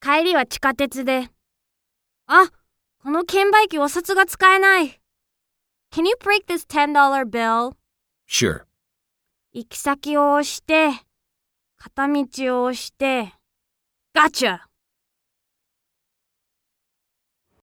帰りは地下鉄で。あ、この券売機お札が使えない。Can you break this $10 bill? Sure. 行き先を押して、片道を押して、ガチャ